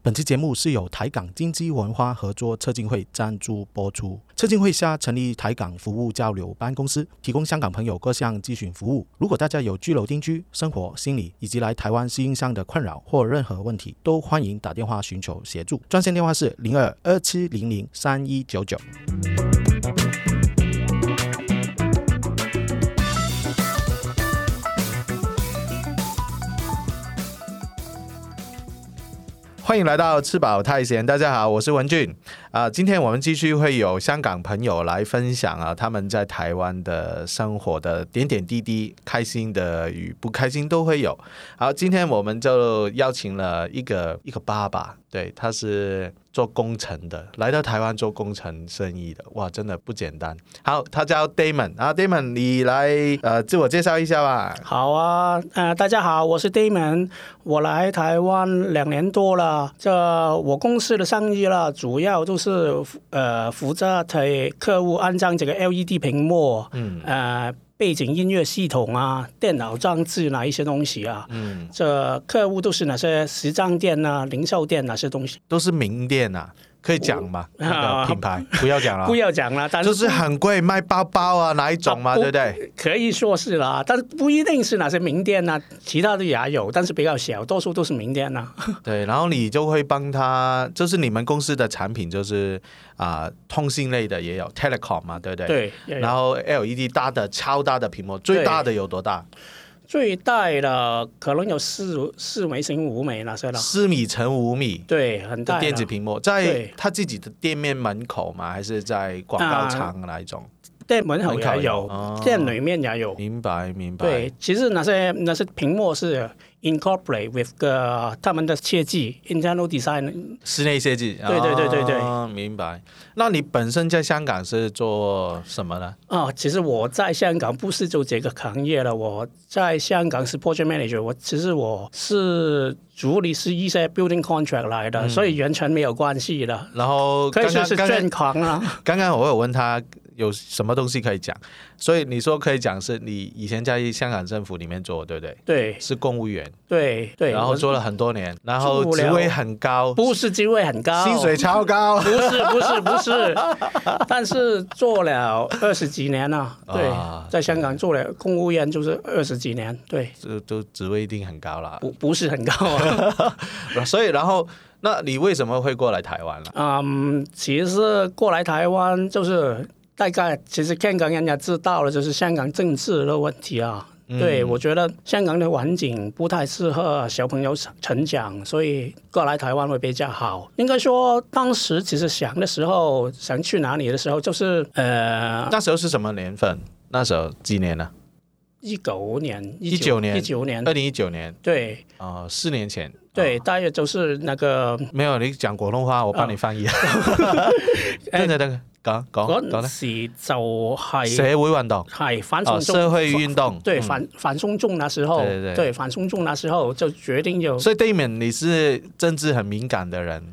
本期节目是由台港经济文化合作策进会赞助播出。策进会下成立台港服务交流办公司，提供香港朋友各项咨询服务。如果大家有居留、定居、生活、心理以及来台湾适应上的困扰或任何问题，都欢迎打电话寻求协助。专线电话是零二二七零零三一九九。欢迎来到吃饱太闲，大家好，我是文俊。啊、今天我们继续会有香港朋友来分享啊，他们在台湾的生活的点点滴滴，开心的与不开心都会有。好，今天我们就邀请了一个一个爸爸，对，他是做工程的，来到台湾做工程生意的，哇，真的不简单。好，他叫 Damon，啊，Damon，你来呃自我介绍一下吧。好啊，呃，大家好，我是 Damon，我来台湾两年多了。这我公司的生意啦，主要就是呃负责给客户安装这个 LED 屏幕，嗯呃，背景音乐系统啊，电脑装置哪一些东西啊。嗯，这客户都是哪些时trang店啊、零售店哪些东西，都是名店啊，可以讲吗？我那个品牌不要讲了，不要讲了，但就是是很贵，卖包包啊，哪一种嘛，啊对不不对？可以说是啦、但是不一定是哪些名店啊，其他的也有，但是比较小，多数都是名店啊。对，然后你就会帮他，就是你们公司的产品，就是啊、通信类的也有 telecom 嘛，对不对？。对， 也有然后 LED 大的超大的屏幕，最大的有多大？最大的可能有四四枚乘五枚那些了，四米乘五米对，很大的了电子屏幕，在对他自己的店面门口嘛，还是在广告场哪一种？店门口很也高有，哦店里面也有。明白，明白。对，其实那些那些屏幕是 incorporate with 个他们的设计 internal design。室内设计。对对对对对啊明白。那你本身在香港是做什么呢？啊，其实我在香港不是做这个行业了，我在香港是 project manager，我其实我是主理是一些 building contract 来的，所以完全没有关系的，然后可以嗯刚说刚是刚刚正常啊啦。 刚刚我有问他有什么东西可以讲，所以你说可以讲是你以前在香港政府里面做，对不对？对是公务员，对对，然后我做了很多年，然后做了职位很高，不是机会很高，薪水超高。不是不是 不是，但是做了二十几年了、对，啊在香港做了公务员就是二十几年，对，这都职位一定很高啦，不不是很高 啊。所以然后，那你为什么会过来台湾了？嗯，其实过来台湾就是大概，其实香港人也知道了，就是香港政治的问题啊。嗯对，我觉得香港的环境不太适合小朋友成长，所以过来台湾会比较好。应该说，当时其实想的时候，想去哪里的时候，就是呃，那时候是什么年份？那时候几年呢？一九年、 19年呃一九年二，零一九年，对哦，四年前。啊对，大约就是那个没有你讲广东话，我帮你 翻译。呃 等等哦等，讲講嗰講陣咧，時就社係會運動，係反哦，送社中，會運動，對嗯反反送中那時候對對對，對反送中那時候就決定就所以 Damon 你是政治很敏感的人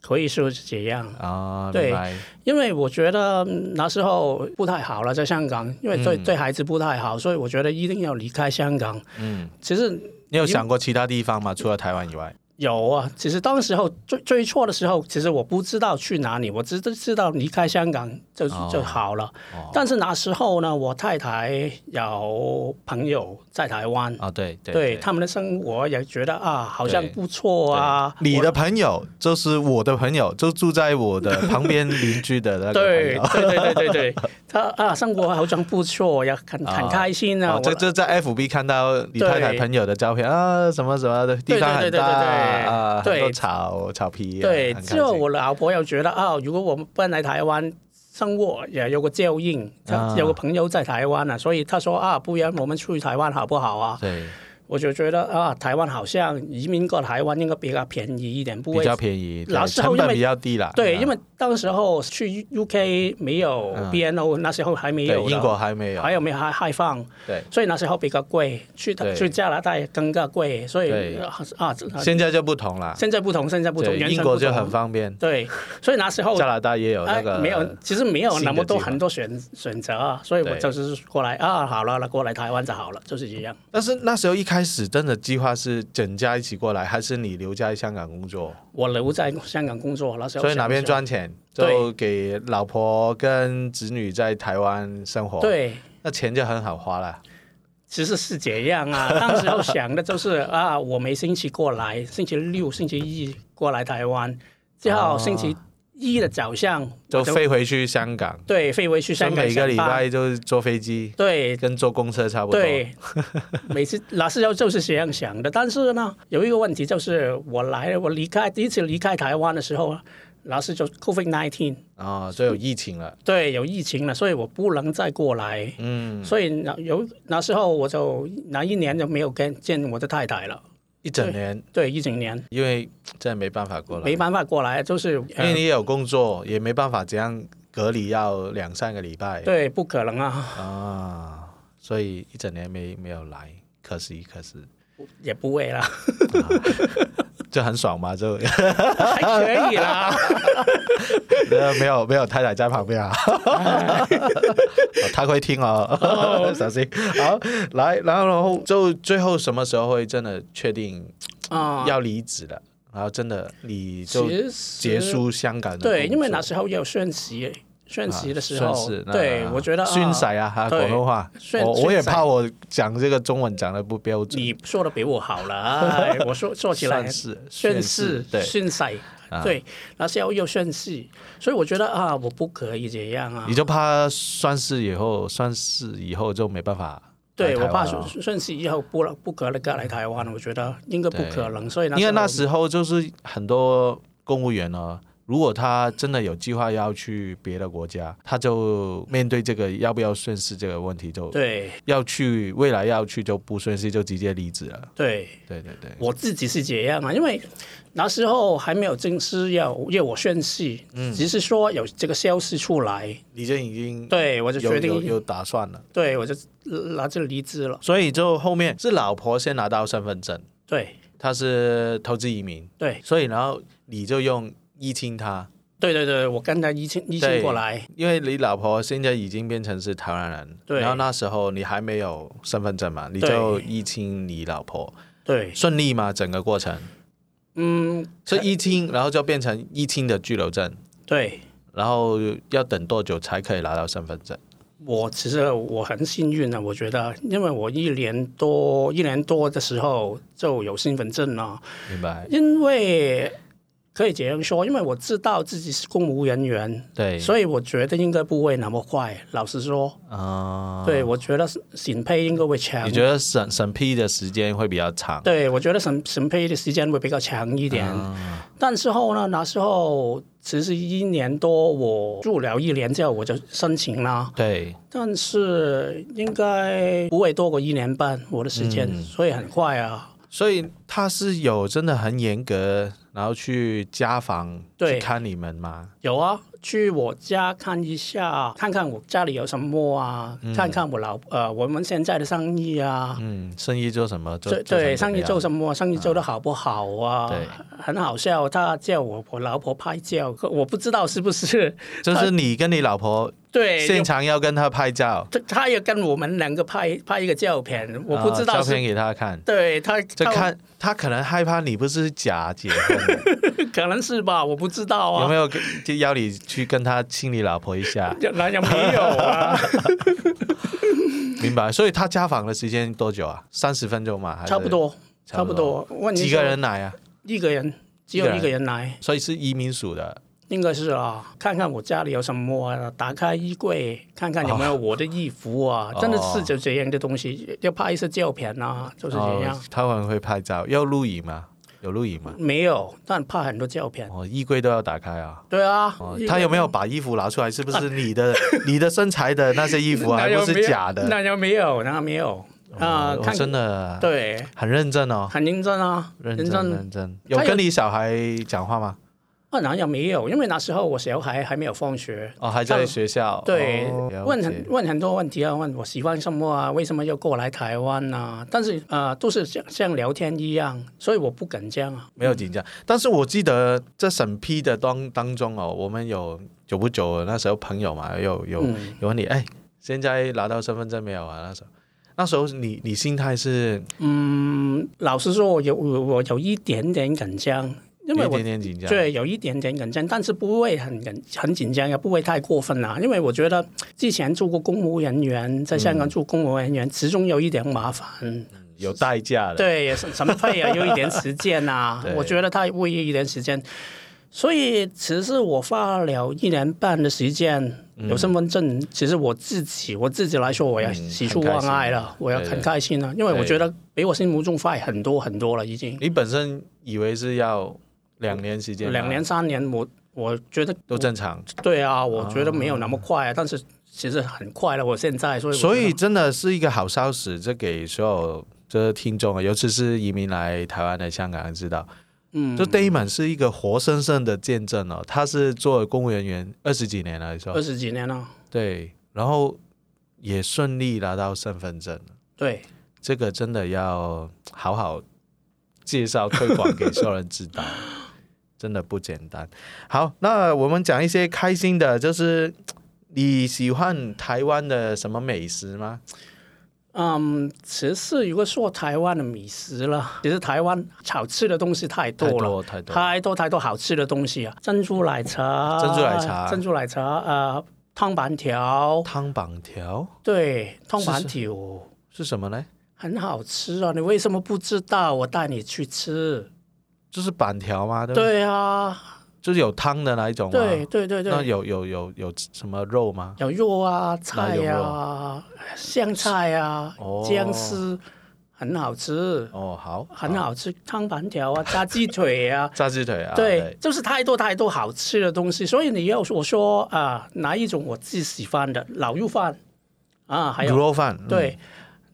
可以說是這樣，啊，对明白因為我覺得嗯那時候不太好了，在香港，因為對嗯對孩子不太好，所以我覺得一定要離開香港。嗯，其實你有想过其他地嗯方吗？除了台湾以外，有啊，其实当时候最最错的时候，其实我不知道去哪里，我只知知道离开香港就哦就好了。哦但是那时候呢，我太太有朋友在台湾，啊，对对他们的生活也觉得啊，好像对不错啊。你我的朋友就是我的朋友，就住在我的旁边邻居的那个朋对友。对对对对 对，他啊，生活好像不错，也很啊很开心哦，啊。我这这在 FB 看到你对太太朋友的照片啊，什么什么的地方很对对对对大对啊，很对多草草皮啊，对，很开之后心我老婆又觉得啊，如果我们搬来台湾生活，也有个照应，啊她有个朋友在台湾啊，所以她说啊，不然我们去台湾好不好啊？对我就觉得啊，台湾好像移民过台湾应该比较便宜一点，不比会较便宜，对老师成因本为比较低啦。对，啊因为当时候去 UK 没有嗯 BNO，、那时候还没对有的英国还没有，还有没有还开放，对，所以那时候比较贵，去对去加拿大也更加贵，所以对啊啊，现在就不同啦。现在不同，现在不同，对原英生国不就同很方便，对，所以那时候 加拿大也有那哎个、，没有，其实没有新的那么多计划很多选选择啊，所以我对就是过来啊，好了，那过来台湾就好了，就是这样。但是那时候一开开始真的计划是整家一起过来，还是你留在香港工作？我留在香港工作，那时候所以哪边想赚钱对就给老婆跟子女在台湾生活，一想？，对，那钱就很好花了。其实是这样啊，当时候想的就是啊，我每星期过来，星期六、星期一过来台湾，最哦后星期一的早上就我就飞回去香港，对飞回去所香以港每个上礼班，拜就是坐飞机，对跟坐公车差不多。对， 每次那时候就是这样想的。但是呢，有一个问题就是，我来我离开第一次离开台湾的时候，那时就 COVID nineteen，哦，就有疫情了。对，有疫情了，所以我不能再过来。嗯，所以那有那时候我就那一年就没有跟见我的太太了，一整年，对，一整年因为真的没办法过来，没办法过来，就是、因呃为你也有工作，也没办法这样隔离要两三个礼拜。对，不可能啊，啊，所以一整年没没有来，可惜可惜，也不会啦， 就很爽嘛，就 还可以啦，没有没有太太在旁边啊， 哦他会听哦， 小心。好，来，然后然后就最后什么时候会真的确定啊、要离职了？然后真的你就其实结束香港的工作对，因为那时候有宣习，宣习的时候，啊算是那对我觉得宣誓啊，哈，对广东话，宣我我也宣誓怕我讲这个中文讲的不标准，你说的比我好了， 哎我说说起来算是宣誓誓、对宣誓，啊对，那时候又宣誓，所以我觉得啊，我不可以这样啊你，就怕算是以后，算是以后就没办法来对台我湾啊怕了顺顺势以后不不可能再来台湾，我觉得应该不可能，所以因为那时时候就是很多公务员呢，如果他真的有计划要去别的国家，他就面对这个要不要顺势这个问题就，候对要去未来要去就不顺势就直接离职了。对，对对对，我自己是这样啊，因为那时候还没有正式要要我宣誓，嗯只是说有这个消息出来，你就已经对我就有决有定，有打算了，对我就拿着离职了，所以就后面是老婆先拿到身份证，对她是投资移民，对所以然后你就用依亲她。对对对，我跟他一起一起对过来，因为你老婆现在已经变成是台湾人，对然后那时候你还没有身份证嘛，你对就依亲你老婆，对，顺利吗？整个过程嗯，是依亲，然后就变成依亲的居留证，对。然后要等多久才可以拿到身份证？我其实我很幸运的，我觉得，因为我一年多一年多的时候就有身份证了，明白？啊因为可以这样说，因为我知道自己是公务人员，对，所以我觉得应该不会那么快。老实说，啊、对我觉得审批应该会长你。觉得审审批的时间会比较长？对，我觉得审审批的时间会比较长一点，啊但是后呢，那时候其实一年多，我住了一年之后我就申请了，对，但是应该不会多过一年半我的时间，嗯所以很快啊。所以他是有真的很严格，然后去家访对去看你们吗？有啊，去我家看一下，看看我家里有什么啊，看看我老呃我们现在的生意啊，嗯，生意做什么？做对做成怎对，么生意样做什么，生意做得好不好啊？对很好笑，他叫我我老婆拍照，可我不知道是不是就是你跟你老婆对。现场要跟她拍照，他他也跟我们两个拍拍一个照片，我不知啊道照是、片给她看，对他就他看她可能害怕你不是假结 婚的，可能是吧，我不知道啊。有没有跟就邀你去跟她亲你老婆一 下，那也没有 啊，明白？所以她家访的时间多久啊？三十分钟嘛，还是 差不，多，差差不不多多。问题几是个人来啊？一个人，只有一个人来，所以是移民署的，应该是啊。看看我家里有什么啊，打开衣柜看看有没有我的衣服啊，哦真的是就这样的东西，要拍一些照片啊，就是这样。哦他们会拍照，要录影吗？有录影吗？没有，但拍很多照片。哦，衣柜都要打开啊。对啊，哦一，个他有没有把衣服拿出来？是不 是你的你的身材的那些衣服啊，那还有不没是有假的？那有没有？那没有啊哦，看真的对，很认真哦。很认真啊，认认真真。认真，有他有跟你小孩讲话吗？啊，那也没有，因为那时候我小孩还没有放学，哦，还在学校。对，哦了问解很问很多问题啊，问我喜欢什么啊，为什么要过来台湾啊？但是呃，都是像像聊天一样，所以我不敢这样啊。没有紧张，但是我记得这审批的当当中哦，我们有久不久那时候朋友嘛，有有嗯，有问你，哎，现在拿到身份证没有啊？那时候那时候你你心态是嗯，老实说，我有我我有一点点紧张，因为有一我点点紧张，对，有一点点紧张，但是不会很紧很紧张，也啊不会太过分啦。因为我觉得之前做过公务人员，在嗯香港做公务人员，始终有一点麻烦。有代价的。对，也是审配啊，有一点时间呐、 对我觉得他会有一点时间。所以，其实我花了一年半的时间有身份证，其实我自己我自己来说，我也嗯喜出望爱了，我也对很嗯对开心了，因为我对觉得比我心目中快很多很多了，已经你本身以为是要两年时间吗，两年三年，我我觉得啊都正常，对啊，我觉得没有那么快，啊但是其实很快了。我现在，所以我所觉以得真的是一个好消息，这给所有这听众啊，尤其是移民来台湾的香港人知道，嗯，就 Dayman 是一个活生生的见证哦，他是做公务人员二十几年了，是吧二？十几年了，对，然后也顺利拿到身份证了，对，这个真的要好好介绍推广给所有人知道。 真的不简单。好，那我们讲一些开心的，就是你喜欢台湾的什么美食吗？嗯，其实如果说台湾的美食了，其实台湾好吃的东西太多太了。多太多，太多太多好吃的东西啊！珍珠奶茶，珍珠奶茶珍珠奶茶，呃，汤板条，汤板条对，汤板是条是什么呢？很好吃啊！你为什么不知道？我带你去吃。就是板条吗？对不对，对啊，就是有汤的那一种吗？对对对对那，有有有有什么肉吗？有肉啊、哪菜有肉啊、香菜啊哦、姜丝，很好吃，哦，好，，很好吃。汤板条啊，炸鸡腿啊炸鸡腿啊，对，，就是太多太多好吃的东西。所以你要我说啊，哪一种我最喜欢的老肉饭啊，还牛有肉饭，嗯，对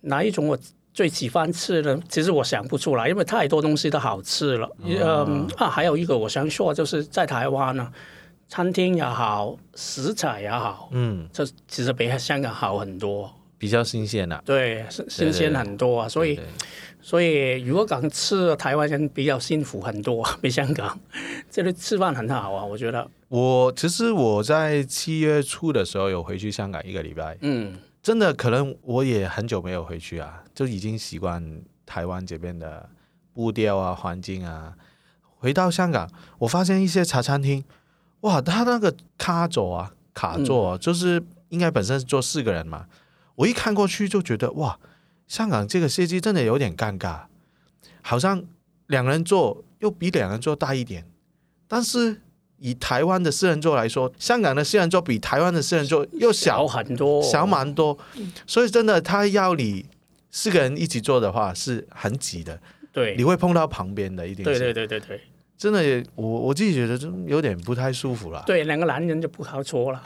哪一种我最喜欢吃的，其实我想不出来，因为太多东西都好吃了。嗯啊，还有一个我想说，就是在台湾呢、餐厅也好，食材也好。嗯，这其实比香港好很多，比较新鲜啊。对，新新鲜很多啊。所以对对所以如果讲吃，台湾人比较幸福很多， 比香港这里吃饭很好啊，我觉得，我其实我在七月初的时候有回去香港一个礼拜，嗯真的可能我也很久没有回去啊，就已经习惯台湾这边的步调啊、环境啊。回到香港，我发现一些茶餐厅，哇，他那个卡座啊、卡座啊、就是应该本身是坐四个人嘛，我一看过去就觉得哇，香港这个设计真的有点尴尬，好像两人座又比两人座大一点，但是。以台湾的私人座来说，香港的私人座比台湾的私人座又小小很多，小蛮多，嗯所以真的他要你四个人一起做的话是很挤的，对你，会碰到旁边的，一定对是对对对对真的也，我我自己觉得就有点不太舒 服了。对，两个男人就不好说了，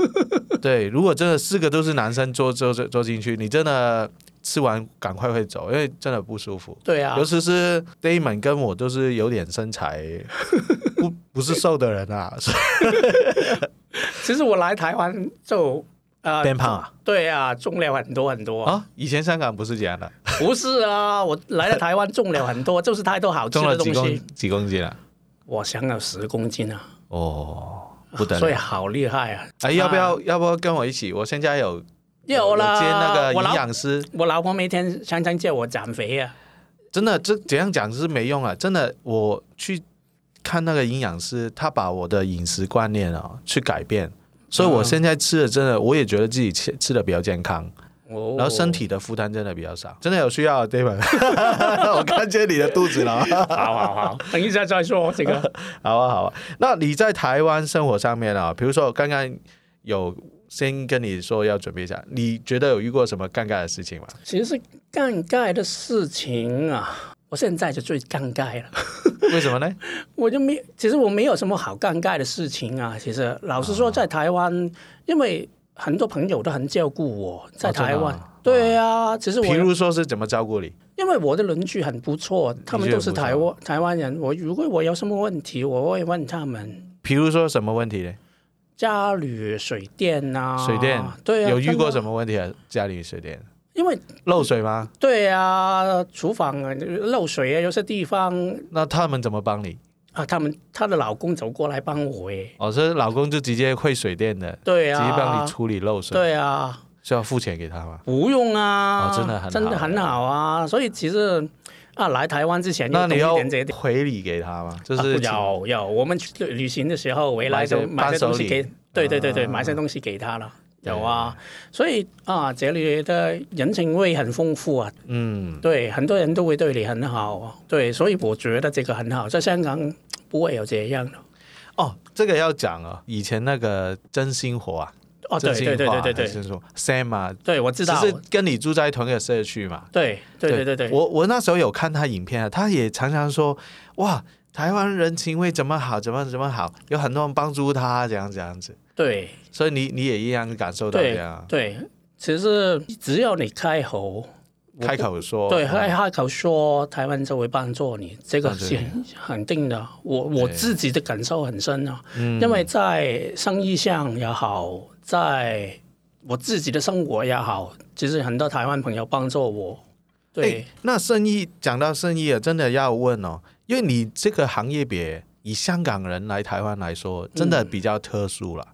对，如果真的四个都是男生坐坐坐坐进去，你真的吃完赶快会走，因为真的不舒服。对啊尤，其是 Damon 跟我都是有点身材不 不是瘦的人啊，是其实我来台湾就呃，变胖啊对啊，重了很多很多，啊！以前香港不是这样的，不是啊，我来了台湾重了很多， 就是太多好吃重了的几东公西，几公斤啊？我想有十公斤啊，哦，不得所以了！好厉害啊，哎，要不啊要要不要跟我一起？我现在有有啦，兼那个我营老养师，我老婆每天常常叫我减肥啊，真的这怎样讲是没用啊！真的，我去看那个营养师，他把我的饮食观念啊、去改变，所以我现在吃的真的，我也觉得自己吃吃的比较健康，哦然后身体的负担真的比较少，真的有需要啊，David，我 看见你的肚子 了，好好好，等一下再说这个。好啊好啊。那你在台湾生活上面啊，比如说刚刚有先跟你说要准备一下，你觉得有遇过什么尴尬的事情吗？其实尴尬的事情啊，我现在就最尴尬了。为什么呢？我就没，其实我没有什么好尴尬的事情啊。其实老实说，在台湾，因为很多朋友都很照顾我，在台湾。真的啊对啊，其实比我如说是怎么照顾你？因为我的邻居很不错，他们都是台湾台湾人。我如果我有什么问题，我会问他们。比如说什么问题呢？家里水电啊，水电对啊，有遇过真的什么问题啊？家里水电因为漏水吗？对啊，厨房啊漏水啊，有些地方那他们怎么帮你？啊，他们她的老公走过来帮我诶。欸哦，所以老公就直接会水电的，对直接帮你啊，处理漏水。对啊，需要付钱给他吗？不用啊，哦真的很好真的很好啊。所以其实啊，来台湾之前那要懂你一要点这一点。回礼给他吗？就啊是、有有，我们去旅行的时候回来就买买些些东伴西手礼给，对对对对，啊买些东西给他了。对有啊，所以啊，这里的人情味很丰富啊，嗯，对，很多人都会对你很好，对，所以我觉得这个很好，在香港不会有这样的。哦，这个要讲哦，以前那个真心活啊，哦，对真心话对对对还对对，是说 Sam 啊，对我知只道，是跟你住在同一个社区嘛。对对对对对，我我那时候有看他影片啊，他也常常说哇，台湾人情味怎么好，怎么怎么好，有很多人帮助他，这样这样子。对所以你你也一样感受到这对样啊，对，其实只要你开口，我开口说对，嗯开开口说台湾就会帮助你，这个是很肯定的。我我对自己的感受很深啊，嗯因为在生意上也好，在我自己的生活也好，其实很多台湾朋友帮助我。对诶，那生意讲到生意啊，真的要问哦，因为你这个行业别以香港人来台湾来说，真的比较特殊嗯了。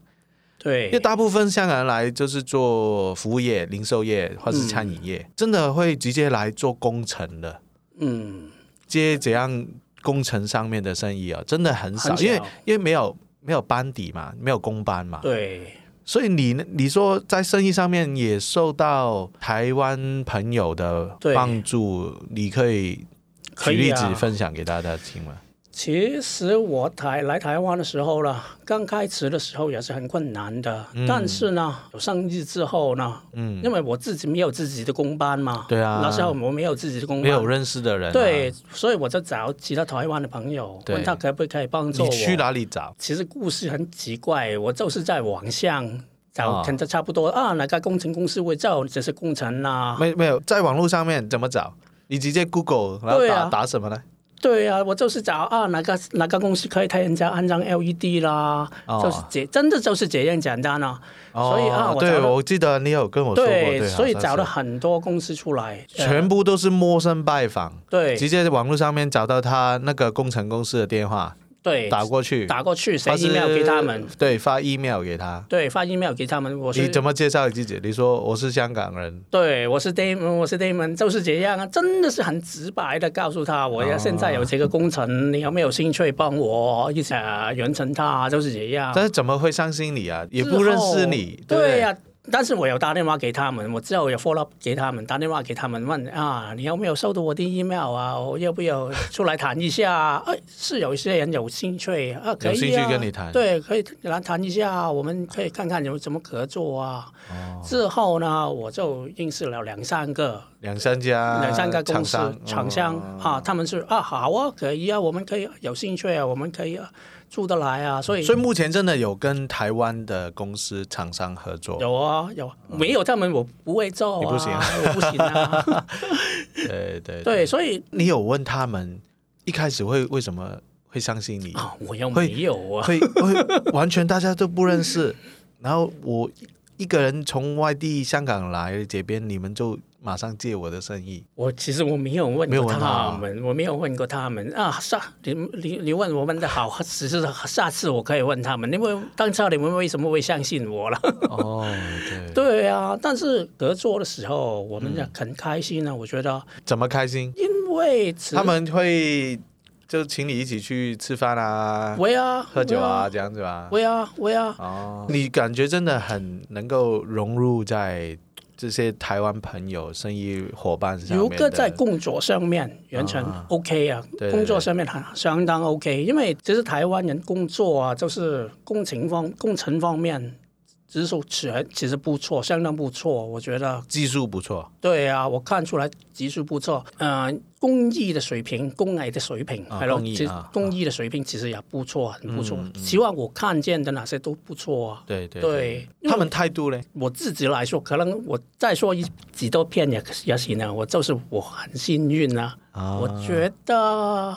因为对，大部分香港人来就是做服务业、零售业或是餐饮业，真的会直接来做工程的，嗯，接怎样工程上面的生意啊，真的很少，很少因为因为没有没有班底嘛，没有工班嘛，对，所以你你说在生意上面也受到台湾朋友的对帮助，你可以可举以例啊子。分享给大家听吗？其实我台来台湾的时候呢，刚开始的时候也是很困难的，但是呢，有生意之后呢，嗯，因为我自己没有自己的工班嘛，对啊那时候我没有自己的工班，没有认识的人、啊，对，，所以我就找其他台湾的朋友，对问他可不可以帮助我。你去哪里找？其实故事很奇怪，我就是在网上啊找，跟他差不多啊，哪个工程公司会做这些工程啊？没没有，在网络上面怎么找？你直接 Google，然后对打、啊打什么呢？对啊，我就是找啊，哪个哪个公司可以替人家安装 LED 啦，哦就是这真的就是这样简单啊。所以啊哦我对，找到我记得你有跟我说过，对啊，所以上次找了很多公司出来，呃全部都是陌生拜访，对直接在网络上面找到他那个工程公司的电话，对打过去，打过去，写发是 email 给他们，，对，发 email 给他。对，发 email 给他们，我你是怎么介绍你自己？你说我是香港人，对，我是 Damon，我是 Damon，就是这样啊，真的是很直白的告诉哦他，我要现在有这个工程，你有没有兴趣帮我一起呃完成它？就是这样。但是怎么会相信你啊？也不认识你，啊之后不对呀、啊但是我有打电话给他们，我之后有 follow up 给他们，打电话给他们问啊，你有没有收到我的 email 啊？我要不要出来谈一下啊？哎，是有一些人有兴趣啊，可以、啊、有兴趣跟你谈对，可以来谈一下，我们可以看看有怎么合作啊。哦之后呢，我就认识了两三个两三家，两三个公司啊厂商，厂商嗯啊，他们是啊，好啊，可以啊，我们可以有兴趣啊，我们可以啊，住得来啊，所以嗯所以目前真的有跟台湾的公司厂商合作，有啊有啊，没有他们我不会做、啊，嗯你不行啊我不行 啊，对对对，，所以你有问他们一开始会为什么会相信你，啊，我又没有啊，会会完全大家都不认识，然后我一个人从外地香港来这边，你们就马上借我的生意，我其实我没有问没有过问他啊他们，我没有问过他们啊，下你你你问我们的好，只是下次我可以问他们，因为当初你们为什么会相信我了？哦，对，嗯对啊，但是合作的时候，我们也很开心啊，我觉得， 怎么开心？因为只他们会就请你一起去吃饭啊，喂啊，喝酒啊，这样子吧。喂啊，喂啊，哦，你感觉真的很能够融入在这些台湾朋友、生意伙伴上如面果的。在工作上面完全啊 OK 啊，对对工作上面很相当 OK，因为其实台湾人工作啊，就是工程方工程方面。指数全其实不错，相当不错，我觉得技术不错，对啊，我看出来指数不错。嗯、工艺的水平、工艺的水平，啊系咯、工艺其啊工艺的水平其实也不错，很不错。嗯嗯希望我看见的那些都不错啊。对对对因为他们态度嘞，我自己来说，可能我再说一几多遍也也行啊。我就是我很幸运啊，啊我觉得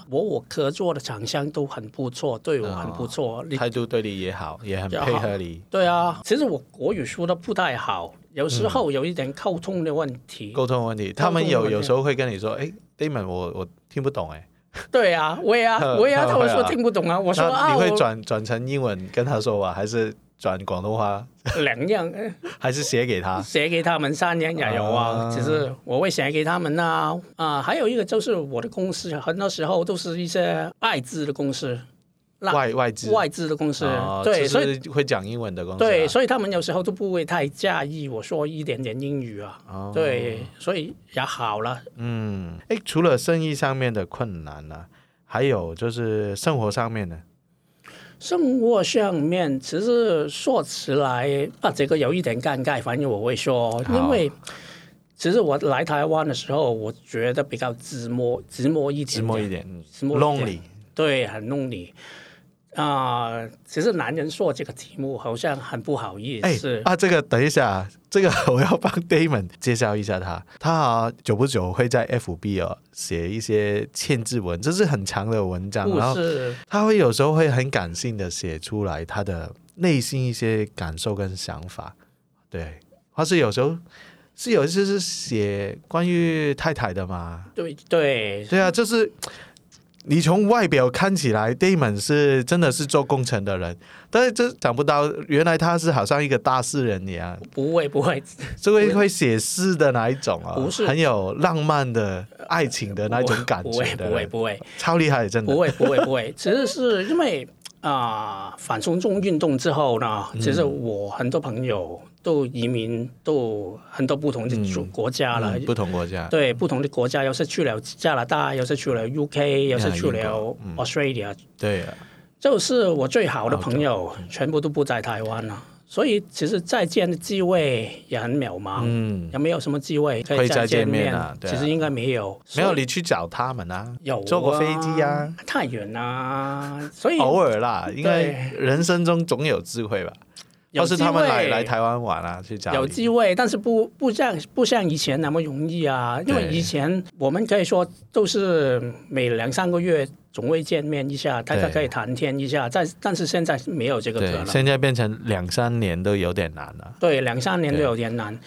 我我合作的厂商都很不错，对我很不错。你态度对你也好，也很也好配合你，对啊，其实我国语说的不太好，有时候有一点沟通的问题。沟通问题，通他们问有题有时候会跟你说，哎，Damon，我我听不懂哎，对 啊，我也啊，我也啊，嗯他们会说啊听不懂啊，我说那啊，你会我转转成英文跟他说吧，还是转广东话，两样呃还是写给他？写给他们三样也有啊啊，只是我会写给他们啊啊，还有一个就是我的公司，很多时候都是一些外资的公司，那外外资外资的公司，哦对，就所以是会讲英文的公司啊、对，所以他们有时候都不会太介意我说一点点英语啊，哦对，所以也好了。嗯，哎，除了生意上面的困难呢、还有就是生活上面的，生活上面，其实说起来啊，这个有一点尴尬，反正我会说，好因为其实我来台湾的时候，我觉得比较寂寞，寂寞一寂点点，寞一点嗯寂寞一，lonely 点。对，很 lonely。啊、其实男人说这个题目好像很不好意哎思。啊，这个等一下，这个我要帮 Damon 介绍一下他，他啊久不久会在 FB 哦写一些欠字文，这是很长的文章，故然后事他会有时候会很感性的写出来他的内心一些感受跟想法，对，或是有时候是有一次是写关于太太的嘛，对对对啊，就是你从外表看起来，Damon 是真的是做工程的人，但是这想不到，原来他是好像一个大诗人一样，不会不会，这会会写诗的那一种啊，不是很有浪漫的爱情的那种感不觉会的不会人，不会超厉害，真的不。会不会不会，其实是因为啊、反送中运动之后呢，其实嗯我很多朋友都移民都很多不同的主国家了。嗯不同国家，对不同的国家，有些去了加拿大，有些去了 UK，有些去英了国嗯 Australia，对啊，就是我最好的朋友全部都不在台湾了，所以其实再见的机会也很渺茫，嗯，也没有什么机会可可以以再见见面啊对啊其实应该没有，没有所以你去找他们啊，有坐过飞机啊啊，太远啦，所以偶尔啦，因为人生中总有智慧吧，有要是他们机会来来台湾玩啊，去找有你机会，但是不不像不像以前那么容易啊，因为对以前我们可以说都是每两三个月总会见面一下，大家对可以谈天一下，但但是现在没有这个可对，能。现在变成两三年都有点难啊了。对，两三年都有点难，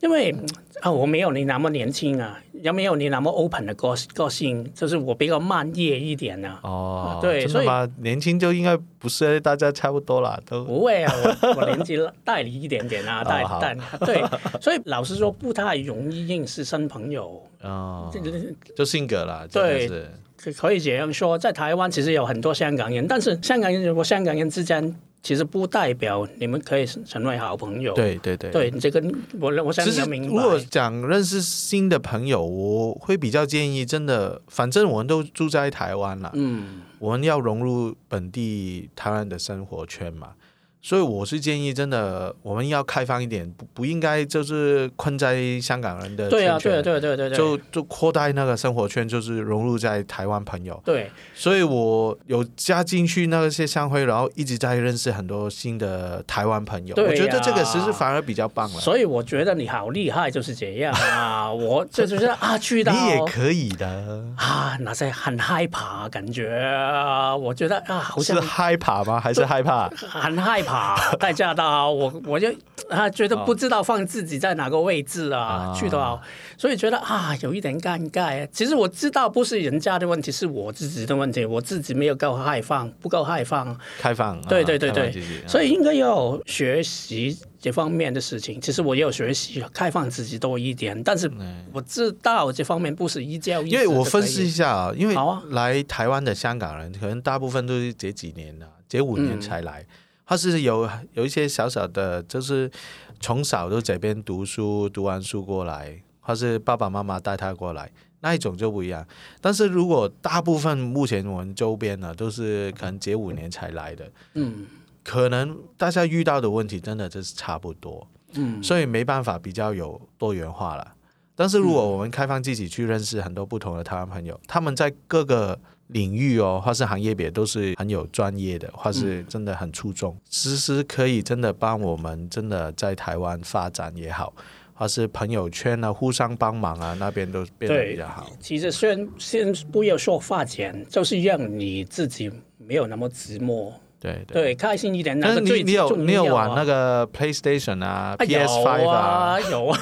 因为啊，我没有你那么年轻啊，也没有你那么 open 的个个性，就是我比较慢热一点啊。哦，对真的吗？年轻就应该不是大家差不多啦，都不会啊，我 我年纪大你一点点啊，大哦好好大对，所以老实说不太容易认识新朋友，哦这，这就性格啦，真的对是可可以这样说，在台湾其实有很多香港人，但是香港人和香港人之间其实不代表你们可以成为好朋友。对对对。对，这个我我想其你实要，明白。如果讲认识新的朋友，我会比较建议，真的，反正我们都住在台湾啦，嗯，我们要融入本地台湾的生活圈嘛，所以我是建议，真的我们要开放一点，不不应该就是困在香港人的对啊，圈对圈啊对啊对啊对啊对啊，就就扩大那个生活圈，就是融入在台湾朋友。对。所以我有加进去那些商会，然后一直在认识很多新的台湾朋友。对呀我觉得这个其实反而比较棒了。所以我觉得你好厉害，就是这样 啊！我这就是啊，去到你也可以的，啊，那些很害怕感觉，啊我觉得啊，好像是害怕吗？还是害 怕？很害怕，代驾到我 我就啊觉得不知道放自己在哪个位置啊，啊去到，所以觉得啊有一点尴尬。其实我知道不是人家的问题，是我自己的问题，我自己没有够开放，不够开放，开放，对啊对对开放对积极所以应该要学习这方面的事情。其实我也有学习开放自己多一点，但是嗯我知道这方面不是一教一，因为我分析一。下啊，因为好啊来台湾的香港人，可能大部分都是这几年了，这五年才来。他是有有一些小小的，就是从小都这边读书，读完书过来，或是爸爸妈妈带他过来，那一种就不一样。但是如果大部分目前我们周边呢，都是可能这五年才来的，嗯可能大家遇到的问题真的就是差不多。嗯，所以没办法比较有多元化了。但是如果我们开放自己去认识很多不同的台湾朋嗯友，他们在各个领域哦，或是行业别都是很有专业的，或嗯是真的很出众，其实可以真的帮我们真的在台湾发展也好，或是朋友圈啊互相帮忙啊，那边都变得对比较好。其实先先不要说发钱，就是让你自己没有那么寂寞。对对。对，开心一点。那但是个你最你有重要啊你有玩那个 PlayStation 啊、啊 PS Five 有啊，有啊，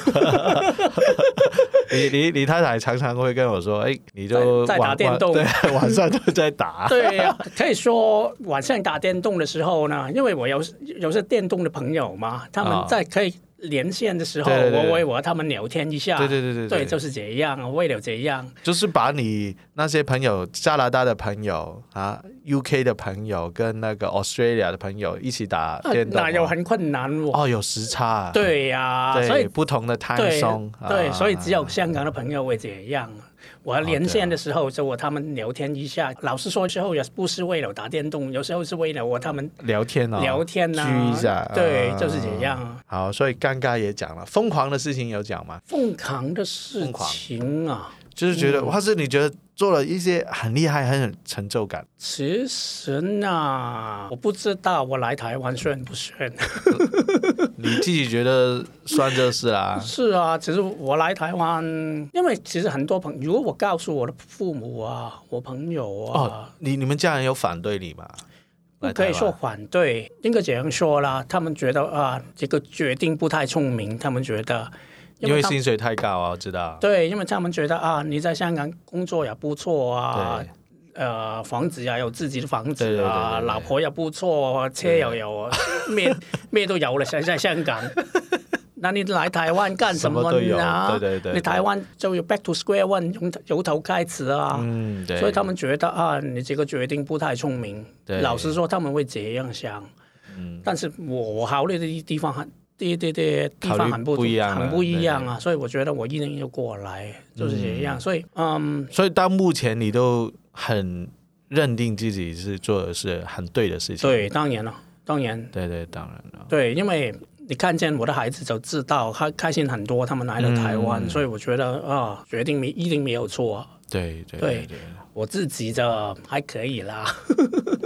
你你你太太常常会跟我说，哎，你就在在打晚电动晚对， 晚上都在 打。啊对呀、可以说晚上打电动的时候呢，因为我有有些电动的朋友嘛，他啊们在可以连线的时候，对对对对我我也我和他们聊天一下，对对对对 对，就是是这样，啊为了这样，就是把你那些朋友，加拿大的朋友啊，UK 的朋友跟那个 Australia 的朋友一起打啊电动啊，那又很困难哦。哦，有时差啊，对呀、对，所以不同的 time 对 zone，对，啊所以只有香港的朋友会这样。我连线的时候就和他们聊天一下，老实说，之后也不是为了打电动，有时候是为了和他们聊天哦，聊天呐、聚一下，对，啊就是这样。好，所以尴尬也讲了，疯狂的事情有讲吗？凤凰的事凤凰情啊，就是觉得，或是你觉得做了一些很厉害、很有成就感，其实呢，我不知道我来台湾顺不顺。。你自己觉得算就是啦 是啊，其实我来台湾，因为其实很多朋如果我告诉我的父母啊，我朋友啊，哦，你你们家人有反对你吗？不来可以台说湾反对，应该这样说啦。他们觉得啊，这个决定不太聪明，他们觉得，因为他薪水太高啊，我知道。对，因为他们觉得啊，你在香港工作也不错啊对。呃，房子呀，有自己的房对对子对啊，对对老婆也不错，车又有 啊，咩咩都有了，现在香港。 那你来台湾干什什么么都有呢？对对对对你台湾就要 back to square one，从由头开始啊。嗯，对。所以他们觉得啊，你这个决定不太聪明。对老实说，他们会这样想。嗯，但是我我考虑的地方很，地地地地考方虑很不不一样啊很不一样啊。所以我觉得我一定要过来，就是这样。所以，嗯，所以到目前你都很认定自己是做的是很对的事情。对，当然了，当然对对，当然了。对，因为你看见我的孩子就知道他开心很多，他们嗯来了台湾，所以我觉得啊，决定没一定没有错。对对对对。 我自己的还可以啦。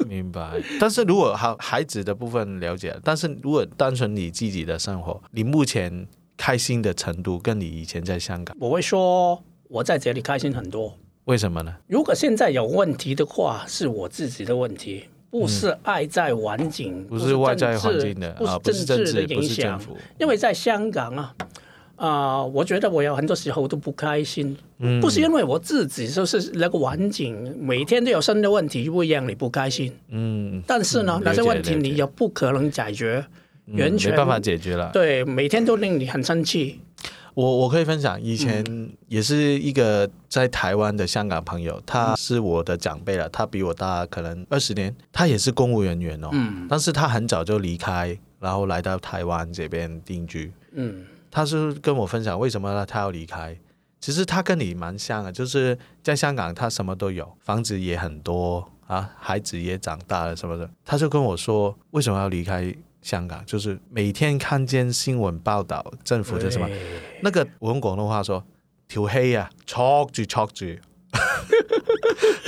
明白。但是如果好孩子的部分了解，但是如果单纯你自己的生活，你目前开心的程度跟你以前在香港，我会说我在这里开心很多。为什么呢？如果现在有问题的话，是我自己的问题，不是外在环境，嗯不是外在环境的不啊，不是政政治治的，不影是政响。府。因为在香港啊，啊、我觉得我有很多时候都不开心，嗯不是因为我自己，就是那个环境，每天都有新的问题会让你不开心。嗯，但是呢，嗯那些了解问题了解你也不可能解决，嗯完全没办法解决了。对，每天都令你很生气。我我可以分享，以前嗯也是一个在台湾的香港朋友，他是我的长辈了，他比我大可能二十年，他也是公务人员哦，嗯但是他很早就离开，然后来到台湾这边定居。嗯，他是跟我分享为什么他要离开。其实他跟你蛮像的，就是在香港他什么都有，房子也很多啊，孩子也长大了什么的。他就跟我说为什么要离开香港，就是每天看见新闻报道政府的什么对那个，我用广东话说条黑啊，戳住戳住。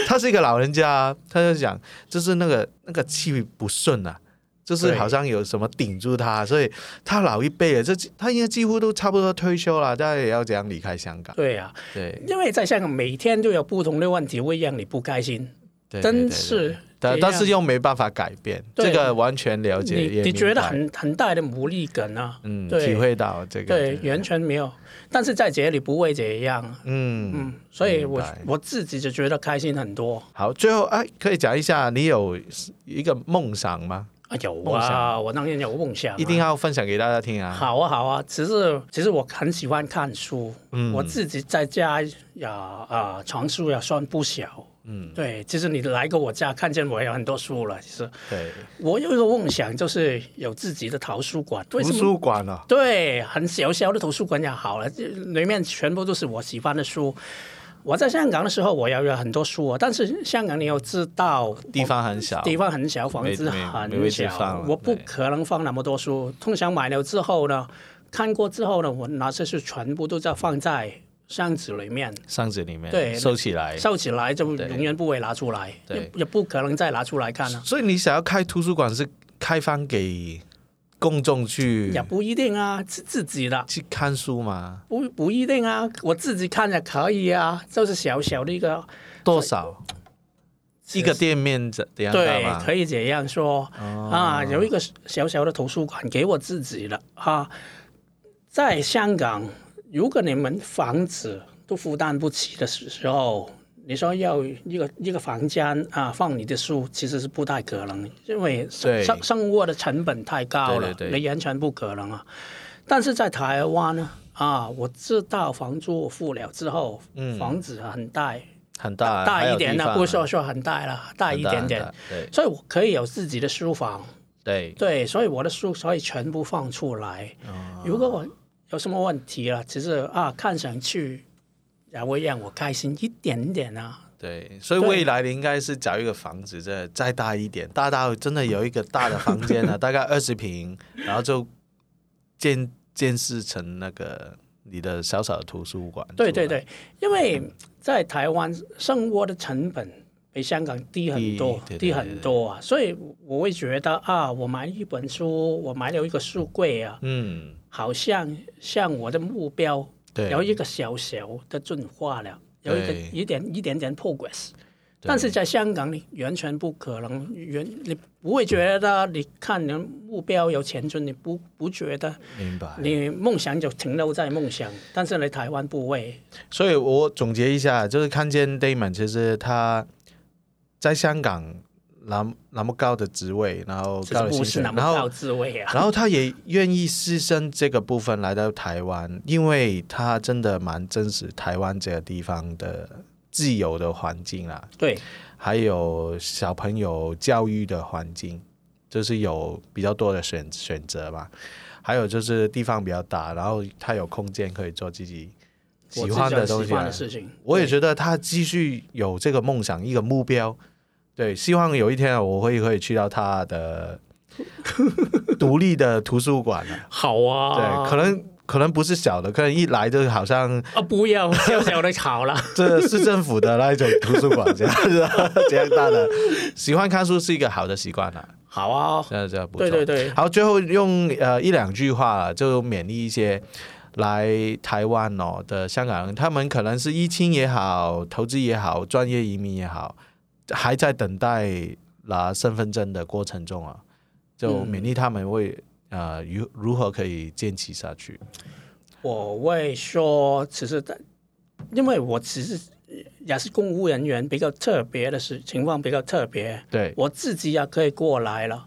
他是一个老人家啊，他就讲就是那个那个气不顺啊，就是对好像有什么顶住他，所以他老一辈啊了，这他应该几乎都差不多退休了，但也要这样离开香港。对呀、对，因为在香港每天都有不同的问题会让你不开心，对对对真。对是但这样但是又没办法改变，对这个完全了解，你也你觉明得白很很大的无力感啊。嗯，对体会到这个对，完全没有，但是在这里不会这样，嗯嗯，所以明我白我自己就觉得开心很多好，最后哎，可以讲一下你有一个梦想吗？啊，有梦啊，想我当然有梦想啊、一定要分享给大家听啊！好啊好啊，只是其实我很喜欢看书，嗯我自己在家呀啊、藏书也算不小，嗯，对，其实你来过我家，看见我有很多书了，其实对，我有一个梦想就是有自己的图书馆，为图什么书馆啊，对，很小小的图书馆也好了，这里面全部都是我喜欢的书。我在香港的时候，我也有很多书啊，但是香港你要知道，地方很小，地方很小，房没子没没很位置放小了，我不对可能放那么多书。通常买了之后呢，看过之后呢，我拿些书全部都在放在箱子里面，箱子里面对收起来。收起来就对永远不会拿出来，对也也不可能再拿出来看了、啊所以你想要开图书馆是开放给公众去也不一定啊，自自己的。去看书吗？不不一定啊，我自己看也可以啊，就是小小的一个多少一个店面怎怎样大对，吗？哦可以这样说、啊，有一个小小的图书馆给我自己了啊，在香港如果你们房子都负担不起的时候，你说要一个一个房间啊放你的书，其实是不太可能，因为对生生生活的成本太高了，对对对你完全不可能啊。但是在台湾呢，啊，我知道房租付了之后，房子很大，很嗯大啊大一点啊的，不是说很大了，大还有一地方点很点很，对所以我可以有自己的书房，对，哦对，所以我的书所以全部放出来。如果啊我有什么问题了，只是啊看上去也会让我开心一点点啊。对，所以对未来你应该是找一个房子，再再大一点，大到真的有一个大的房间啊 了、大概二十平，然后就建建设成那个你的小小的图书馆。对对，对，因为在台湾生活的成本比香港低很多，低对对低很多啊，所以我会觉得啊，我买一本书，我买了一个书柜啊，嗯，好像像我的目标对，有一个小小的进化了，有一个对一点一点点 progress。对但是在香港，你完全不可能，原你不会觉得你看人目标有前进，你不不觉得明白。你梦想就停留在梦想，但是你台湾不会，所以我总结一下，就是看见 Damon，其实他在香港那么那么高的职位，然后这高的不薪是水，那然么后高智 慧啊。然后他也愿意牺牲这个部分来到台湾，因为他真的蛮珍视台湾这个地方的自由的环境啦，对还有小朋友教育的环境，就是有比较多的选选择嘛。还有就是地方比较大，然后他有空间可以做自己喜欢的我东自西己很喜欢啊的。事情，我也觉得他继续有这个梦想，一个目标。对，希望有一天啊我会可以去到他 的独立的图书馆啊。好啊。对，可能可能不是小的，可能一来就好像啊，不要小小的 考了。这市政府的那一种图书馆这样 子，这样大的。喜欢看书是一个好的习惯啦，好啊，这这不错。对对对，好，最后用呃一两句话就勉励一些来台湾哦的香港人，他们可能是疫情也好，投资也好，专业移民也好，还在等待拿身份证的过程中啊，就勉励他们会呃如如何可以坚持下去。我会说，其实在，因为我其实也是公务人员，比较特别的是情况比较特别，对，我自己也可以过来了，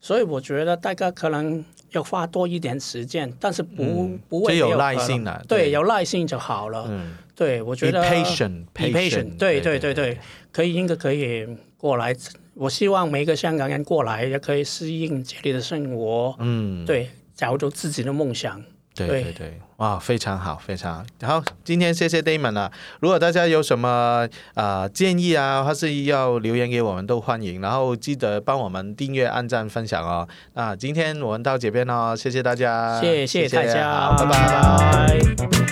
所以我觉得大家可能要花多一点时间，但是不、不会就嗯有没耐可能心了对对，有耐心就好了。嗯对，我，be 觉得 patient，be be patient，对对对对，可以应该可以过来。我希望每一个香港人过来也可以适应这里的生活，嗯，对，找到自己的梦想。对对对对，哇，非常好，非常好。好，今天谢谢 Damon 啊。如果大家有什么呃建议啊，或是要留言给我们，都欢迎。然后记得帮我们订阅、按赞、分享哦。那今天我们到这边哦，谢谢大家，谢谢大家，好拜拜拜拜